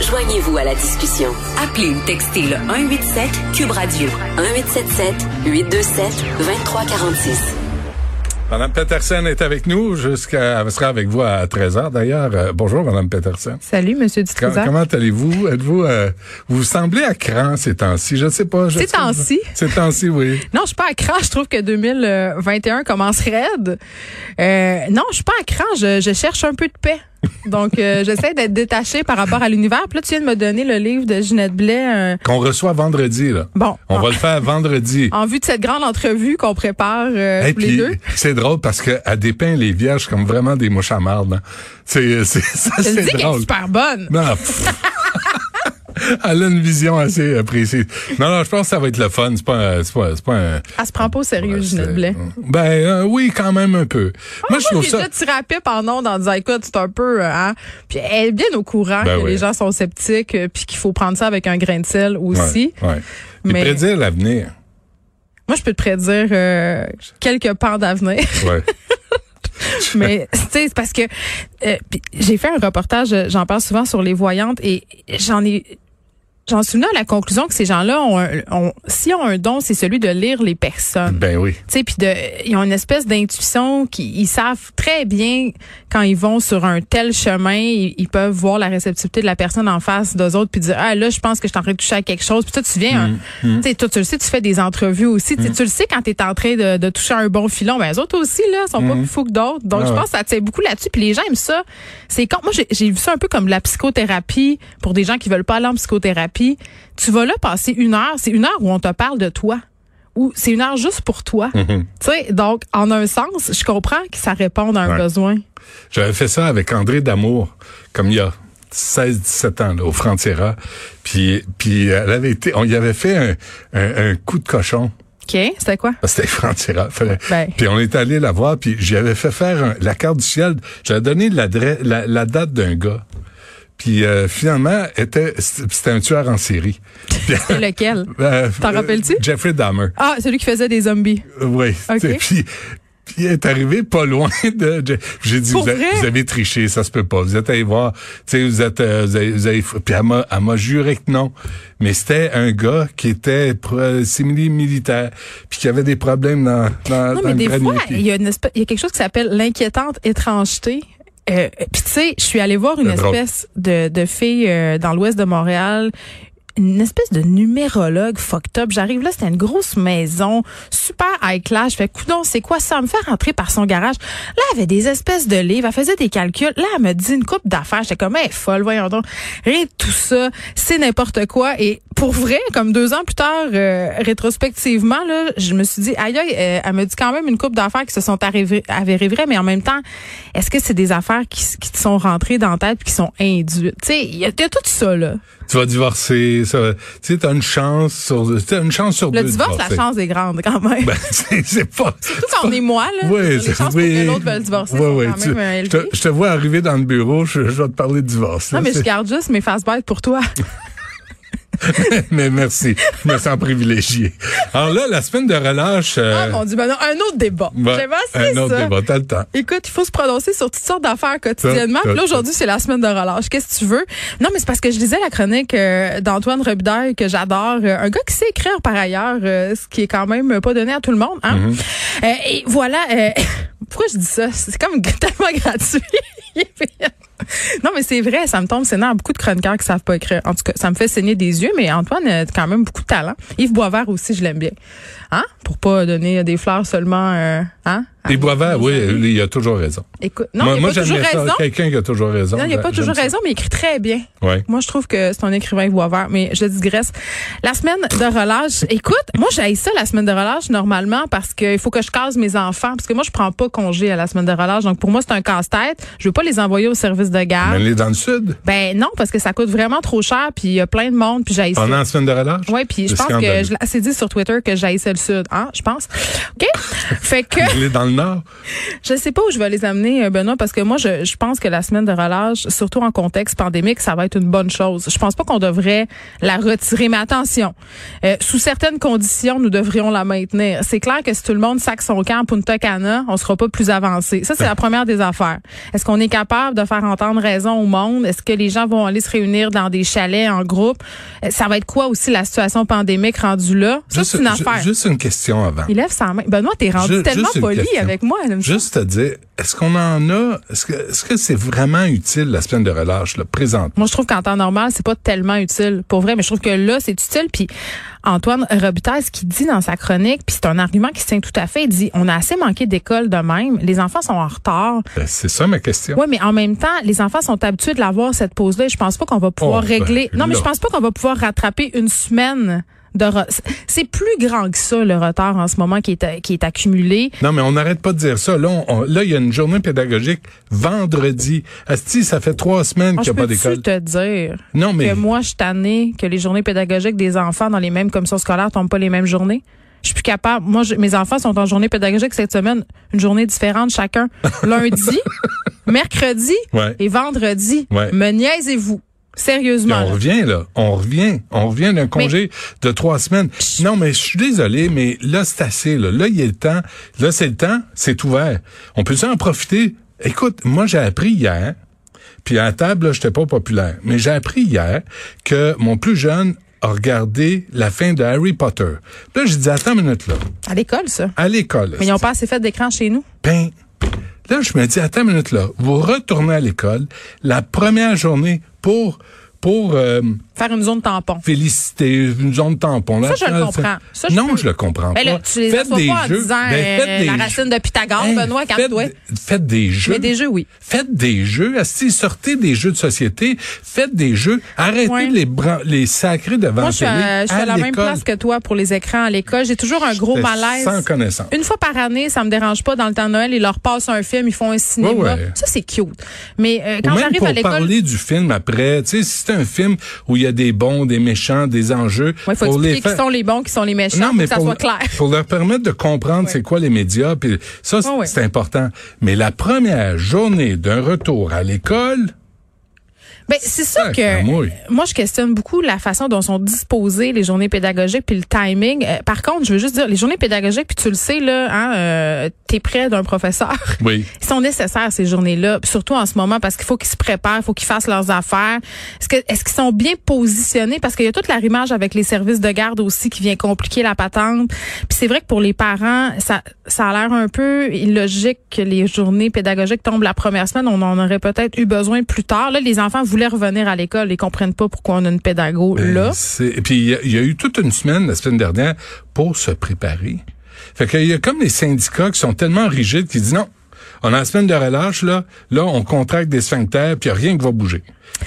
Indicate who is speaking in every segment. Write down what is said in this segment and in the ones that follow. Speaker 1: Joignez-vous à la discussion.
Speaker 2: Appelez ou textez le 187 Cube Radio
Speaker 1: 1877 827 2346.
Speaker 3: Madame Petersen est avec nous jusqu'à elle sera avec vous à 13h d'ailleurs. Euh, bonjour Madame Petersen.
Speaker 4: Salut, Monsieur
Speaker 3: Com-
Speaker 4: Dutrisac.
Speaker 3: comment allez-vous Êtes-vous euh, vous semblez à cran ces temps-ci Je ne sais pas. je-
Speaker 4: Ces temps-ci?
Speaker 3: Ces temps-ci, oui.
Speaker 4: Non, je suis pas à cran. Je trouve que 2021 commence raide. Euh, non, je suis pas à cran. Je, je cherche un peu de paix. Donc, euh, j'essaie d'être détachée par rapport à l'univers. Puis là, tu viens de me donner le livre de Ginette Blais. euh,
Speaker 3: Qu'on reçoit vendredi là.
Speaker 4: bon,
Speaker 3: On
Speaker 4: en,
Speaker 3: va le faire vendredi.
Speaker 4: en vue de cette grande entrevue qu'on prépare euh,
Speaker 3: Et
Speaker 4: tous les
Speaker 3: puis,
Speaker 4: deux.
Speaker 3: c'est drôle parce qu'elle dépeint les vierges comme vraiment des mouches à marde. hein. C'est, c'est, ça,
Speaker 4: Je te
Speaker 3: c'est
Speaker 4: dis qu'elle est
Speaker 3: drôle.
Speaker 4: super bonne.
Speaker 3: Non, pff. Elle a une vision assez euh, précise. Non, non, je pense que ça va être le fun. C'est pas, un- c'est pas, c'est pas un.
Speaker 4: Elle se prend pas au sérieux,
Speaker 3: c'est-
Speaker 4: Ginette Blais.
Speaker 3: Ben euh, oui, quand même un peu. moi, je
Speaker 4: Moi,
Speaker 3: trouve
Speaker 4: j'ai
Speaker 3: ça.
Speaker 4: déjà tiré à pipe en ondes en disant, écoute, c'est un peu... euh, Hein? Puis elle est bien au courant
Speaker 3: Ben
Speaker 4: que
Speaker 3: oui.
Speaker 4: les gens sont sceptiques euh, puis qu'il faut prendre ça avec un grain de sel
Speaker 3: Ouais,
Speaker 4: aussi.
Speaker 3: ouais. Puis
Speaker 4: Mais-
Speaker 3: prédire l'avenir.
Speaker 4: Moi, je peux te prédire euh, quelques pans d'avenir,
Speaker 3: Ouais.
Speaker 4: mais tu sais, c'est parce que euh, puis j'ai fait un reportage, euh, j'en parle souvent sur les voyantes et j'en ai j'en suis venue à la conclusion que ces gens-là ont, un- ont s'ils ont un don, c'est celui de lire les personnes.
Speaker 3: ben oui.
Speaker 4: Tu sais, puis de, ils ont une espèce d'intuition qui, ils savent très bien quand ils vont sur un tel chemin, ils, ils peuvent voir la réceptivité de la personne en face d'eux autres, puis dire ah là, je pense que je suis en train de toucher à quelque chose. Puis toi, tu viens, un-
Speaker 3: Mm-hmm.
Speaker 4: tu sais, toi, tu le sais, tu fais des entrevues aussi, Tu sais, tu le sais quand t'es en train de, de toucher à un bon filon, ben les autres aussi là, sont pas plus fous que d'autres. Donc
Speaker 3: Ah
Speaker 4: je
Speaker 3: ouais.
Speaker 4: pense que ça tient beaucoup là-dessus. Puis les gens aiment ça. C'est quand moi j'ai- j'ai vu ça un peu comme de la psychothérapie pour des gens qui veulent pas aller en psychothérapie. Tu vas là passer une heure, c'est une heure où on te parle de toi ou c'est une heure juste pour toi. Tu sais, donc, en un sens, je comprends que ça réponde à
Speaker 3: Ouais.
Speaker 4: un besoin.
Speaker 3: J'avais fait ça avec André Damour, comme il y a 16-17 ans, là, au Frontiera. Puis, puis elle avait été, on y avait fait un, un- un coup de cochon.
Speaker 4: OK? C'était quoi?
Speaker 3: Parce que C'était Frontiera. Fallait-
Speaker 4: Ben.
Speaker 3: Puis on est allé la voir, puis j'avais fait faire un- la carte du ciel. J'avais donné l'adresse, la, la date d'un gars. Puis euh, finalement, était, c'était un tueur en série. Puis,
Speaker 4: C'est lequel?
Speaker 3: euh,
Speaker 4: T'en
Speaker 3: euh,
Speaker 4: rappelles-tu?
Speaker 3: Jeffrey Dahmer.
Speaker 4: Ah, celui qui faisait des zombies.
Speaker 3: Oui.
Speaker 4: Ok.
Speaker 3: T'sais, Puis, puis il est arrivé pas loin de. de- J'ai dit,
Speaker 4: Pour
Speaker 3: vous, a-
Speaker 4: vrai?
Speaker 3: vous avez triché, ça se peut pas. Vous êtes allé voir, tu sais, vous êtes, euh, vous avez, vous avez- puis elle m'a, elle m'a juré que non. Mais c'était un gars qui était pro- simili-militaire, puis qui avait des problèmes dans, dans,
Speaker 4: Non,
Speaker 3: dans
Speaker 4: mais
Speaker 3: le
Speaker 4: des
Speaker 3: grenier,
Speaker 4: fois,
Speaker 3: puis-
Speaker 4: il y, a une espèce- il y a quelque chose qui s'appelle l'inquiétante étrangeté. Euh, Puis tu sais, je suis allée voir une
Speaker 3: C'est drôle.
Speaker 4: espèce de, de fille euh, dans l'ouest de Montréal, une espèce de numérologue fucked up. J'arrive là, c'était une grosse maison, super high class. Je fais, coudon, c'est quoi ça? Elle me fait rentrer par son garage. Là, elle avait des espèces de livres, elle faisait des calculs. Là, elle me dit une coupe d'affaires. J'étais comme, elle est folle, voyons donc. Rien de tout ça, c'est n'importe quoi. Et pour vrai, comme deux ans plus tard, euh, rétrospectivement, là, je me suis dit, aïe, aïe, euh, elle me dit quand même une coupe d'affaires qui se sont arrivées- avérées vraies, mais en même temps, est-ce que c'est des affaires qui, s- qui te sont rentrées dans la tête puis qui sont induites? Tu sais, il y, a il y a tout ça, là.
Speaker 3: Tu vas divorcer, ça, va- tu sais, t'as une chance sur, t'as une chance sur
Speaker 4: Le
Speaker 3: deux de
Speaker 4: divorce, la
Speaker 3: divorcer.
Speaker 4: chance est grande quand même.
Speaker 3: Ben, c'est, c'est pas.
Speaker 4: Surtout quand on est moi, là.
Speaker 3: Oui,
Speaker 4: les
Speaker 3: c'est-
Speaker 4: chances pour
Speaker 3: oui.
Speaker 4: que l'autre veuille divorcer
Speaker 3: Oui,
Speaker 4: sont
Speaker 3: oui,
Speaker 4: quand
Speaker 3: tu-
Speaker 4: même euh,
Speaker 3: je, te,
Speaker 4: élevées.
Speaker 3: je te vois arriver dans le bureau, je, je vais te parler de divorce.
Speaker 4: Non,
Speaker 3: là,
Speaker 4: mais je
Speaker 3: c'est-
Speaker 4: garde juste mes fast bites pour toi.
Speaker 3: Mais merci, je me sens privilégié. Alors là, la semaine de relâche...
Speaker 4: Ah,
Speaker 3: euh,
Speaker 4: mon Dieu, ben non, un autre débat.
Speaker 3: ouais,
Speaker 4: J'aime assez
Speaker 3: un autre
Speaker 4: ça.
Speaker 3: débat, t'as le temps.
Speaker 4: Écoute, il faut se prononcer sur toutes sortes d'affaires quotidiennement.
Speaker 3: Ça, ça,
Speaker 4: Puis là, aujourd'hui, c'est la semaine de relâche. Qu'est-ce que tu veux? Non, mais c'est parce que je lisais la chronique euh, d'Antoine Robitaille que j'adore. Euh, un gars qui sait écrire par ailleurs, euh, ce qui est quand même pas donné à tout le monde. Hein? Euh, et voilà. euh, pourquoi je dis ça? C'est comme tellement gratuit. Non, mais c'est vrai, ça me tombe c'est à beaucoup de chroniqueurs qui savent pas écrire. En tout cas, ça me fait saigner des yeux, mais Antoine a quand même beaucoup de talent. Yves Boisvert aussi, je l'aime bien. Hein? Pour pas donner des fleurs seulement, euh, hein? à
Speaker 3: Les Boisvert, oui, il y a toujours raison.
Speaker 4: Écoute, non,
Speaker 3: moi,
Speaker 4: il
Speaker 3: moi,
Speaker 4: n'y a pas toujours
Speaker 3: j'aime bien ça,
Speaker 4: raison.
Speaker 3: quelqu'un qui a toujours raison. ben,
Speaker 4: Non, il n'y a pas
Speaker 3: J'aime
Speaker 4: toujours
Speaker 3: ça.
Speaker 4: raison, mais il écrit très bien.
Speaker 3: Ouais.
Speaker 4: Moi, je trouve que c'est un écrivain voix vert, mais je digresse. La semaine de relâche, écoute, moi, j'ai ça la semaine de relâche normalement parce qu'il faut que je case mes enfants, parce que moi, je prends pas congé à la semaine de relâche. Donc, pour moi, c'est un casse-tête. Je veux pas les envoyer au service de
Speaker 3: Mais
Speaker 4: garde.
Speaker 3: elle est dans le sud,
Speaker 4: Ben non, parce que ça coûte vraiment trop cher, puis il y a plein de monde, puis j'ai ça.
Speaker 3: pendant la semaine de relâche.
Speaker 4: Oui, puis
Speaker 3: C'est
Speaker 4: je pense que
Speaker 3: scandaleux.
Speaker 4: je l'ai assez dit sur Twitter que j'haïssais le Sud, hein, je pense. OK? fait que...
Speaker 3: Elle est dans le le Nord?
Speaker 4: Je sais pas où je vais les amener, euh, Benoît, parce que moi, je, je pense que la semaine de relâche, surtout en contexte pandémique, ça va être une bonne chose. Je pense pas qu'on devrait la retirer, mais attention, euh, sous certaines conditions, nous devrions la maintenir. C'est clair que si tout le monde sac son camp à Punta Cana, on sera pas plus avancé. Ça, c'est la première des affaires. Est-ce qu'on est capable de faire entendre raison au monde? Est-ce que les gens vont aller se réunir dans des chalets en groupe? Euh, Ça va être quoi aussi la situation pandémique rendue là? Ça, c'est une
Speaker 3: ju-
Speaker 4: affaire.
Speaker 3: juste une question avant.
Speaker 4: Il lève sa main. Benoît, t'es rendu
Speaker 3: Ju-
Speaker 4: tellement
Speaker 3: juste une
Speaker 4: poli
Speaker 3: question.
Speaker 4: avec moi. là, me semble.
Speaker 3: Juste te dire, est-ce qu'on en a? Est-ce que est-ce que c'est vraiment utile la semaine de relâche, là, présente?
Speaker 4: Moi, je trouve qu'en temps normal, c'est pas tellement utile, pour vrai, mais je trouve que là, c'est utile. Puis Antoine Robitaille, ce qu'il dit dans sa chronique, puis c'est un argument qui se tient tout à fait, il dit, on a assez manqué d'école de même, les enfants sont en retard.
Speaker 3: Ben, C'est ça ma question.
Speaker 4: Ouais, mais en même temps, les enfants sont habitués de l'avoir, cette pause-là, et je pense pas qu'on va pouvoir
Speaker 3: Oh, ben,
Speaker 4: régler. non, mais
Speaker 3: là.
Speaker 4: je pense pas qu'on va pouvoir rattraper une semaine de... re- C'est plus grand que ça, le retard en ce moment qui est, qui est accumulé.
Speaker 3: Non, mais on n'arrête pas de dire ça. Là, on- on- là, il y a une journée pédagogique vendredi. Asti, ça fait trois semaines
Speaker 4: Moi,
Speaker 3: qu'il
Speaker 4: Ah,
Speaker 3: n'y
Speaker 4: je
Speaker 3: a pas
Speaker 4: peux
Speaker 3: d'école.
Speaker 4: te dire
Speaker 3: Non, mais-
Speaker 4: que moi, je suis tannée que les journées pédagogiques des enfants dans les mêmes commissions scolaires tombent pas les mêmes journées. Je suis plus capable. Moi, je- mes enfants sont en journée pédagogique cette semaine, une journée différente chacun. Lundi, mercredi
Speaker 3: Ouais.
Speaker 4: et vendredi.
Speaker 3: Ouais.
Speaker 4: Me niaisez-vous.
Speaker 3: Puis
Speaker 4: Sérieusement.
Speaker 3: on
Speaker 4: là.
Speaker 3: revient, là. On revient. On revient d'un congé de trois semaines. Non, mais je suis désolé, mais là, c'est assez, là. Là, il y a le temps. Là, c'est le temps. C'est ouvert. On peut en profiter. Écoute, moi, j'ai appris hier, puis à la table, là, j'étais pas populaire, mais j'ai appris hier que mon plus jeune a regardé la fin de Harry Potter. Puis Là, j'ai dit, attends une minute, là.
Speaker 4: À l'école, ça.
Speaker 3: À l'école.
Speaker 4: Mais ils n'ont pas assez fait d'écran chez nous.
Speaker 3: Ben, là, je me dis, attends une minute, là. Vous retournez à l'école la première journée pour, pour, euh,
Speaker 4: Faire une zone tampon.
Speaker 3: féliciter une zone tampon.
Speaker 4: Ça, je le comprends. Ça, je
Speaker 3: non,
Speaker 4: peux.
Speaker 3: je le comprends
Speaker 4: Ben
Speaker 3: pas.
Speaker 4: là, tu les
Speaker 3: Faites
Speaker 4: assois
Speaker 3: des
Speaker 4: pas en
Speaker 3: jeux.
Speaker 4: disant,
Speaker 3: Ben,
Speaker 4: euh,
Speaker 3: faites
Speaker 4: la
Speaker 3: des
Speaker 4: racine
Speaker 3: jeux.
Speaker 4: de Pythagore,
Speaker 3: Hey,
Speaker 4: Benoît,
Speaker 3: faites,
Speaker 4: calme-toi.
Speaker 3: faites des jeux.
Speaker 4: Mais des jeux, oui.
Speaker 3: Faites des jeux. Asti, sortez des jeux de société. Faites des jeux. Arrêtez
Speaker 4: Ouais.
Speaker 3: de les, bran- les sacrer devant
Speaker 4: Moi, je suis
Speaker 3: la télé
Speaker 4: à, je suis à la même
Speaker 3: l'école.
Speaker 4: place que toi pour les écrans à l'école. J'ai toujours un gros
Speaker 3: J'étais
Speaker 4: malaise.
Speaker 3: sans connaissance.
Speaker 4: Une fois par année, ça me dérange pas. Dans le temps de Noël, ils leur passent un film, ils font un cinéma.
Speaker 3: Ouais, ouais.
Speaker 4: Ça, c'est cute. Mais euh,
Speaker 3: Ou
Speaker 4: quand
Speaker 3: même
Speaker 4: j'arrive
Speaker 3: pour
Speaker 4: à l'école,
Speaker 3: parler du film après, tu sais, si c'est un film où il y a des bons, des méchants, des enjeux,
Speaker 4: il faut
Speaker 3: pour les
Speaker 4: expliquer qui
Speaker 3: faire-
Speaker 4: sont les bons, qui sont les méchants,
Speaker 3: Non, mais
Speaker 4: que ça
Speaker 3: pour,
Speaker 4: soit clair.
Speaker 3: pour leur permettre de comprendre c'est quoi les médias, puis ça, c'est
Speaker 4: Ouais, ouais.
Speaker 3: c'est important. Mais la première journée d'un retour à l'école,
Speaker 4: Ben, c'est
Speaker 3: Ah,
Speaker 4: sûr que
Speaker 3: Sacramouille.
Speaker 4: moi, je questionne beaucoup la façon dont sont disposées les journées pédagogiques puis le timing. Euh, par contre, je veux juste dire, les journées pédagogiques, puis tu le sais, là, hein, euh, t'es près d'un professeur.
Speaker 3: oui.
Speaker 4: Ils sont nécessaires ces journées-là, puis surtout en ce moment parce qu'il faut qu'ils se préparent, il faut qu'ils fassent leurs affaires. Est-ce que est-ce qu'ils sont bien positionnés parce qu'il y a toute l'arrimage avec les services de garde aussi qui vient compliquer la patente. Puis c'est vrai que pour les parents, ça ça a l'air un peu illogique que les journées pédagogiques tombent la première semaine, on en aurait peut-être eu besoin plus tard. Là, les enfants voulaient revenir à l'école, ils comprennent pas pourquoi on a une pédago là.
Speaker 3: Euh, c'est- Et puis, il y a- il y, a eu toute une semaine, la semaine dernière, pour se préparer. Fait qu'il y a comme les syndicats qui sont tellement rigides qu'ils disent non. On a la semaine de relâche, là. Là, on contracte des sphincters, puis il n'y a rien qui va bouger.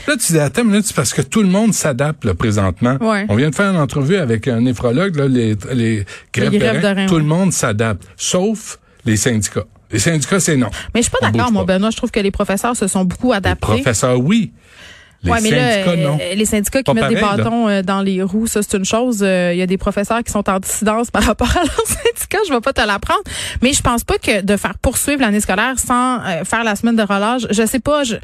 Speaker 3: Là, tu dis, attends une minute, c'est parce que tout le monde s'adapte, là, présentement.
Speaker 4: Ouais.
Speaker 3: On vient de faire une entrevue avec un néphrologue, là, les, les grèves de
Speaker 4: grèves de
Speaker 3: rein.
Speaker 4: rein,
Speaker 3: Tout
Speaker 4: ouais.
Speaker 3: le monde s'adapte, sauf les syndicats. Les syndicats, c'est non.
Speaker 4: Mais je suis pas
Speaker 3: On
Speaker 4: d'accord,
Speaker 3: bouge
Speaker 4: moi,
Speaker 3: pas.
Speaker 4: Benoît. Je trouve que les professeurs se sont beaucoup adaptés.
Speaker 3: Professeur, oui. Les
Speaker 4: Ouais, mais là,
Speaker 3: syndicats,
Speaker 4: euh,
Speaker 3: non.
Speaker 4: les syndicats qui
Speaker 3: Pas
Speaker 4: mettent des
Speaker 3: pareil, là.
Speaker 4: bâtons euh, dans les roues, ça c'est une chose. Euh, Il y a des professeurs qui sont en dissidence par rapport à leurs syndicats, je vais pas te l'apprendre. Mais je pense pas que de faire poursuivre l'année scolaire sans euh, faire la semaine de relâche, je sais pas. Je...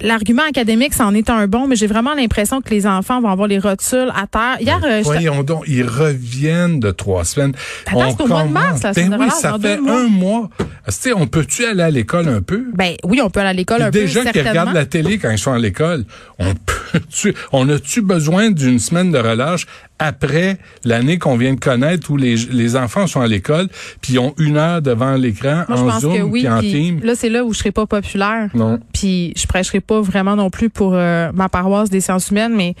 Speaker 4: L'argument académique, c'en est un bon, mais j'ai vraiment l'impression que les enfants vont avoir les rotules à terre. Hier,
Speaker 3: Ben,
Speaker 4: euh, j'étais-
Speaker 3: Voyons donc, ils reviennent de trois semaines.
Speaker 4: Attends, c'est au mois de mars,
Speaker 3: recommence.
Speaker 4: la semaine
Speaker 3: ben
Speaker 4: de
Speaker 3: oui,
Speaker 4: relâche,
Speaker 3: ça
Speaker 4: dans
Speaker 3: fait
Speaker 4: deux mois.
Speaker 3: un mois. Tu sais, on peut-tu aller à l'école un peu?
Speaker 4: ben oui, on peut aller à l'école un peu,
Speaker 3: Déjà qu'ils
Speaker 4: certainement.
Speaker 3: regardent la télé quand ils sont à l'école, on peut-tu, on a-tu besoin d'une semaine de relâche après l'année qu'on vient de connaître où les, les enfants sont à l'école puis ils ont une heure devant l'écran
Speaker 4: Moi, je
Speaker 3: en
Speaker 4: pense
Speaker 3: Zoom
Speaker 4: que oui.
Speaker 3: puis en
Speaker 4: puis
Speaker 3: Team?
Speaker 4: Là, c'est là où je serais pas populaire.
Speaker 3: Non.
Speaker 4: Puis je prêcherai pas vraiment non plus pour euh, ma paroisse des sciences humaines, mais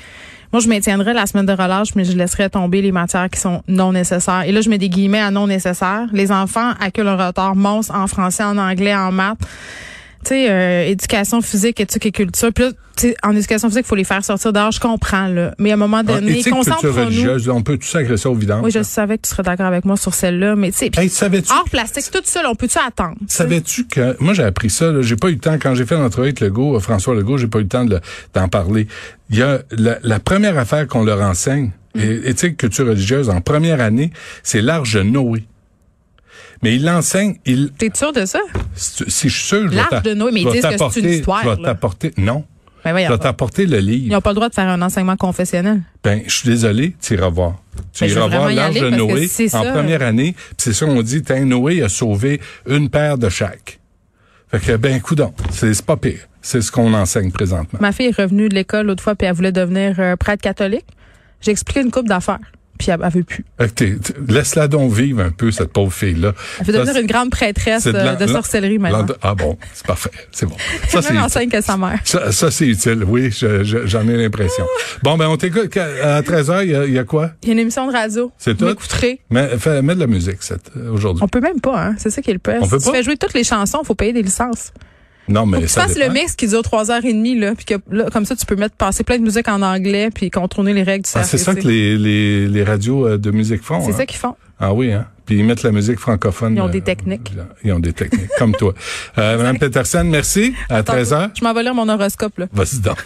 Speaker 4: moi, je maintiendrai la semaine de relâche, mais je laisserai tomber les matières qui sont non nécessaires. Et là, je mets des guillemets à non nécessaires. Les enfants accueillent un retard monstre en français, en anglais, en maths. Tu sais, euh, éducation physique, éthique et culture. Puis là, tu sais, en éducation physique, il faut les faire sortir dehors. Je comprends, là. Mais à un moment
Speaker 3: Ah,
Speaker 4: donné,
Speaker 3: éthique, culture
Speaker 4: concentrons-nous.
Speaker 3: religieuse, là, on peut-tu sacrer ça au vidange?
Speaker 4: Oui, je savais que tu serais d'accord avec moi sur celle-là, mais tu sais, puis
Speaker 3: Hey, savais-tu
Speaker 4: hors plastique, tout seul, on peut-tu attendre? tu sais?
Speaker 3: Savais-tu que moi j'ai appris ça, là, j'ai pas eu le temps quand j'ai fait l'entrevue avec Legault, euh, François Legault, j'ai pas eu le temps de le- d'en parler. Il y a la, la première affaire qu'on leur
Speaker 4: Mm.
Speaker 3: enseigne, et éthique, culture religieuse, en première année, c'est l'arche de Noé. Mais il l'enseigne. Il,
Speaker 4: T'es sûr de ça?
Speaker 3: si tu- si je suis sûr, je vais
Speaker 4: L'arche
Speaker 3: t'a-
Speaker 4: de Noé, mais
Speaker 3: je
Speaker 4: ils
Speaker 3: vais
Speaker 4: disent que c'est une
Speaker 3: t'apporter-
Speaker 4: histoire,
Speaker 3: Je vais
Speaker 4: là.
Speaker 3: t'apporter, non. Je
Speaker 4: Ben voyons.
Speaker 3: vais t'apporter le
Speaker 4: Ils
Speaker 3: livre.
Speaker 4: n'ont pas le droit de faire un enseignement confessionnel.
Speaker 3: Ben, je suis désolé, tu iras voir. Tu
Speaker 4: Ben, je veux
Speaker 3: iras voir
Speaker 4: vraiment y
Speaker 3: l'Arche
Speaker 4: aller
Speaker 3: de
Speaker 4: parce que
Speaker 3: Noé
Speaker 4: c'est
Speaker 3: en
Speaker 4: ça.
Speaker 3: première année. Puis c'est ça, on dit, tiens, Noé a sauvé une paire de chaque. Fait que, ben, coudon, c'est c'est pas pire. C'est ce qu'on enseigne présentement.
Speaker 4: Ma fille est revenue de l'école l'autre fois puis elle voulait devenir euh, prêtre catholique. J'ai expliqué une coupe d'affaires puis elle, elle veut plus.
Speaker 3: Fait que t'es- t'es- Laisse-la donc vivre un peu, cette pauvre fille-là.
Speaker 4: Elle veut
Speaker 3: Ça,
Speaker 4: devenir une grande prêtresse
Speaker 3: c'est de
Speaker 4: euh,
Speaker 3: l'en-
Speaker 4: de,
Speaker 3: l'en-
Speaker 4: sorcellerie maintenant.
Speaker 3: l'en- Ah bon, c'est parfait, c'est bon. Ça,
Speaker 4: Elle
Speaker 3: c'est
Speaker 4: même enseigne que sa mère.
Speaker 3: ça, ça, c'est utile, oui, je- je- j'en ai l'impression. Bon, ben, on t'écoute. qu'à- À 13h, il y a- il y, a quoi?
Speaker 4: Il y a une émission de radio.
Speaker 3: C'est
Speaker 4: Vous
Speaker 3: tout?
Speaker 4: m'écouterez.
Speaker 3: Mais, fais, mets de la musique cette- euh, aujourd'hui.
Speaker 4: On peut même pas, hein. C'est ça qui est le pire.
Speaker 3: On
Speaker 4: Si
Speaker 3: peut
Speaker 4: Tu
Speaker 3: pas?
Speaker 4: fais jouer toutes les chansons, faut payer des licences.
Speaker 3: Non,
Speaker 4: Faut
Speaker 3: mais
Speaker 4: que tu
Speaker 3: ça
Speaker 4: fasses le
Speaker 3: dépend.
Speaker 4: mix qui dure trois heures et demie, là, puis que, là, comme ça, tu peux mettre, passer plein de musique en anglais puis contourner les règles du
Speaker 3: Ah, c'est ça
Speaker 4: CRTC.
Speaker 3: que les, les, les radios euh, de musique font.
Speaker 4: E C'est
Speaker 3: hein?
Speaker 4: ça qu'ils font.
Speaker 3: Ah oui, hein? Puis ils mettent la musique francophone.
Speaker 4: Ils ont
Speaker 3: euh,
Speaker 4: des techniques.
Speaker 3: là. Ils ont des techniques, comme toi. Euh, Madame Peterson, merci. À 13h.
Speaker 4: Je m'en vais lire mon horoscope, là.
Speaker 3: Vas-y donc.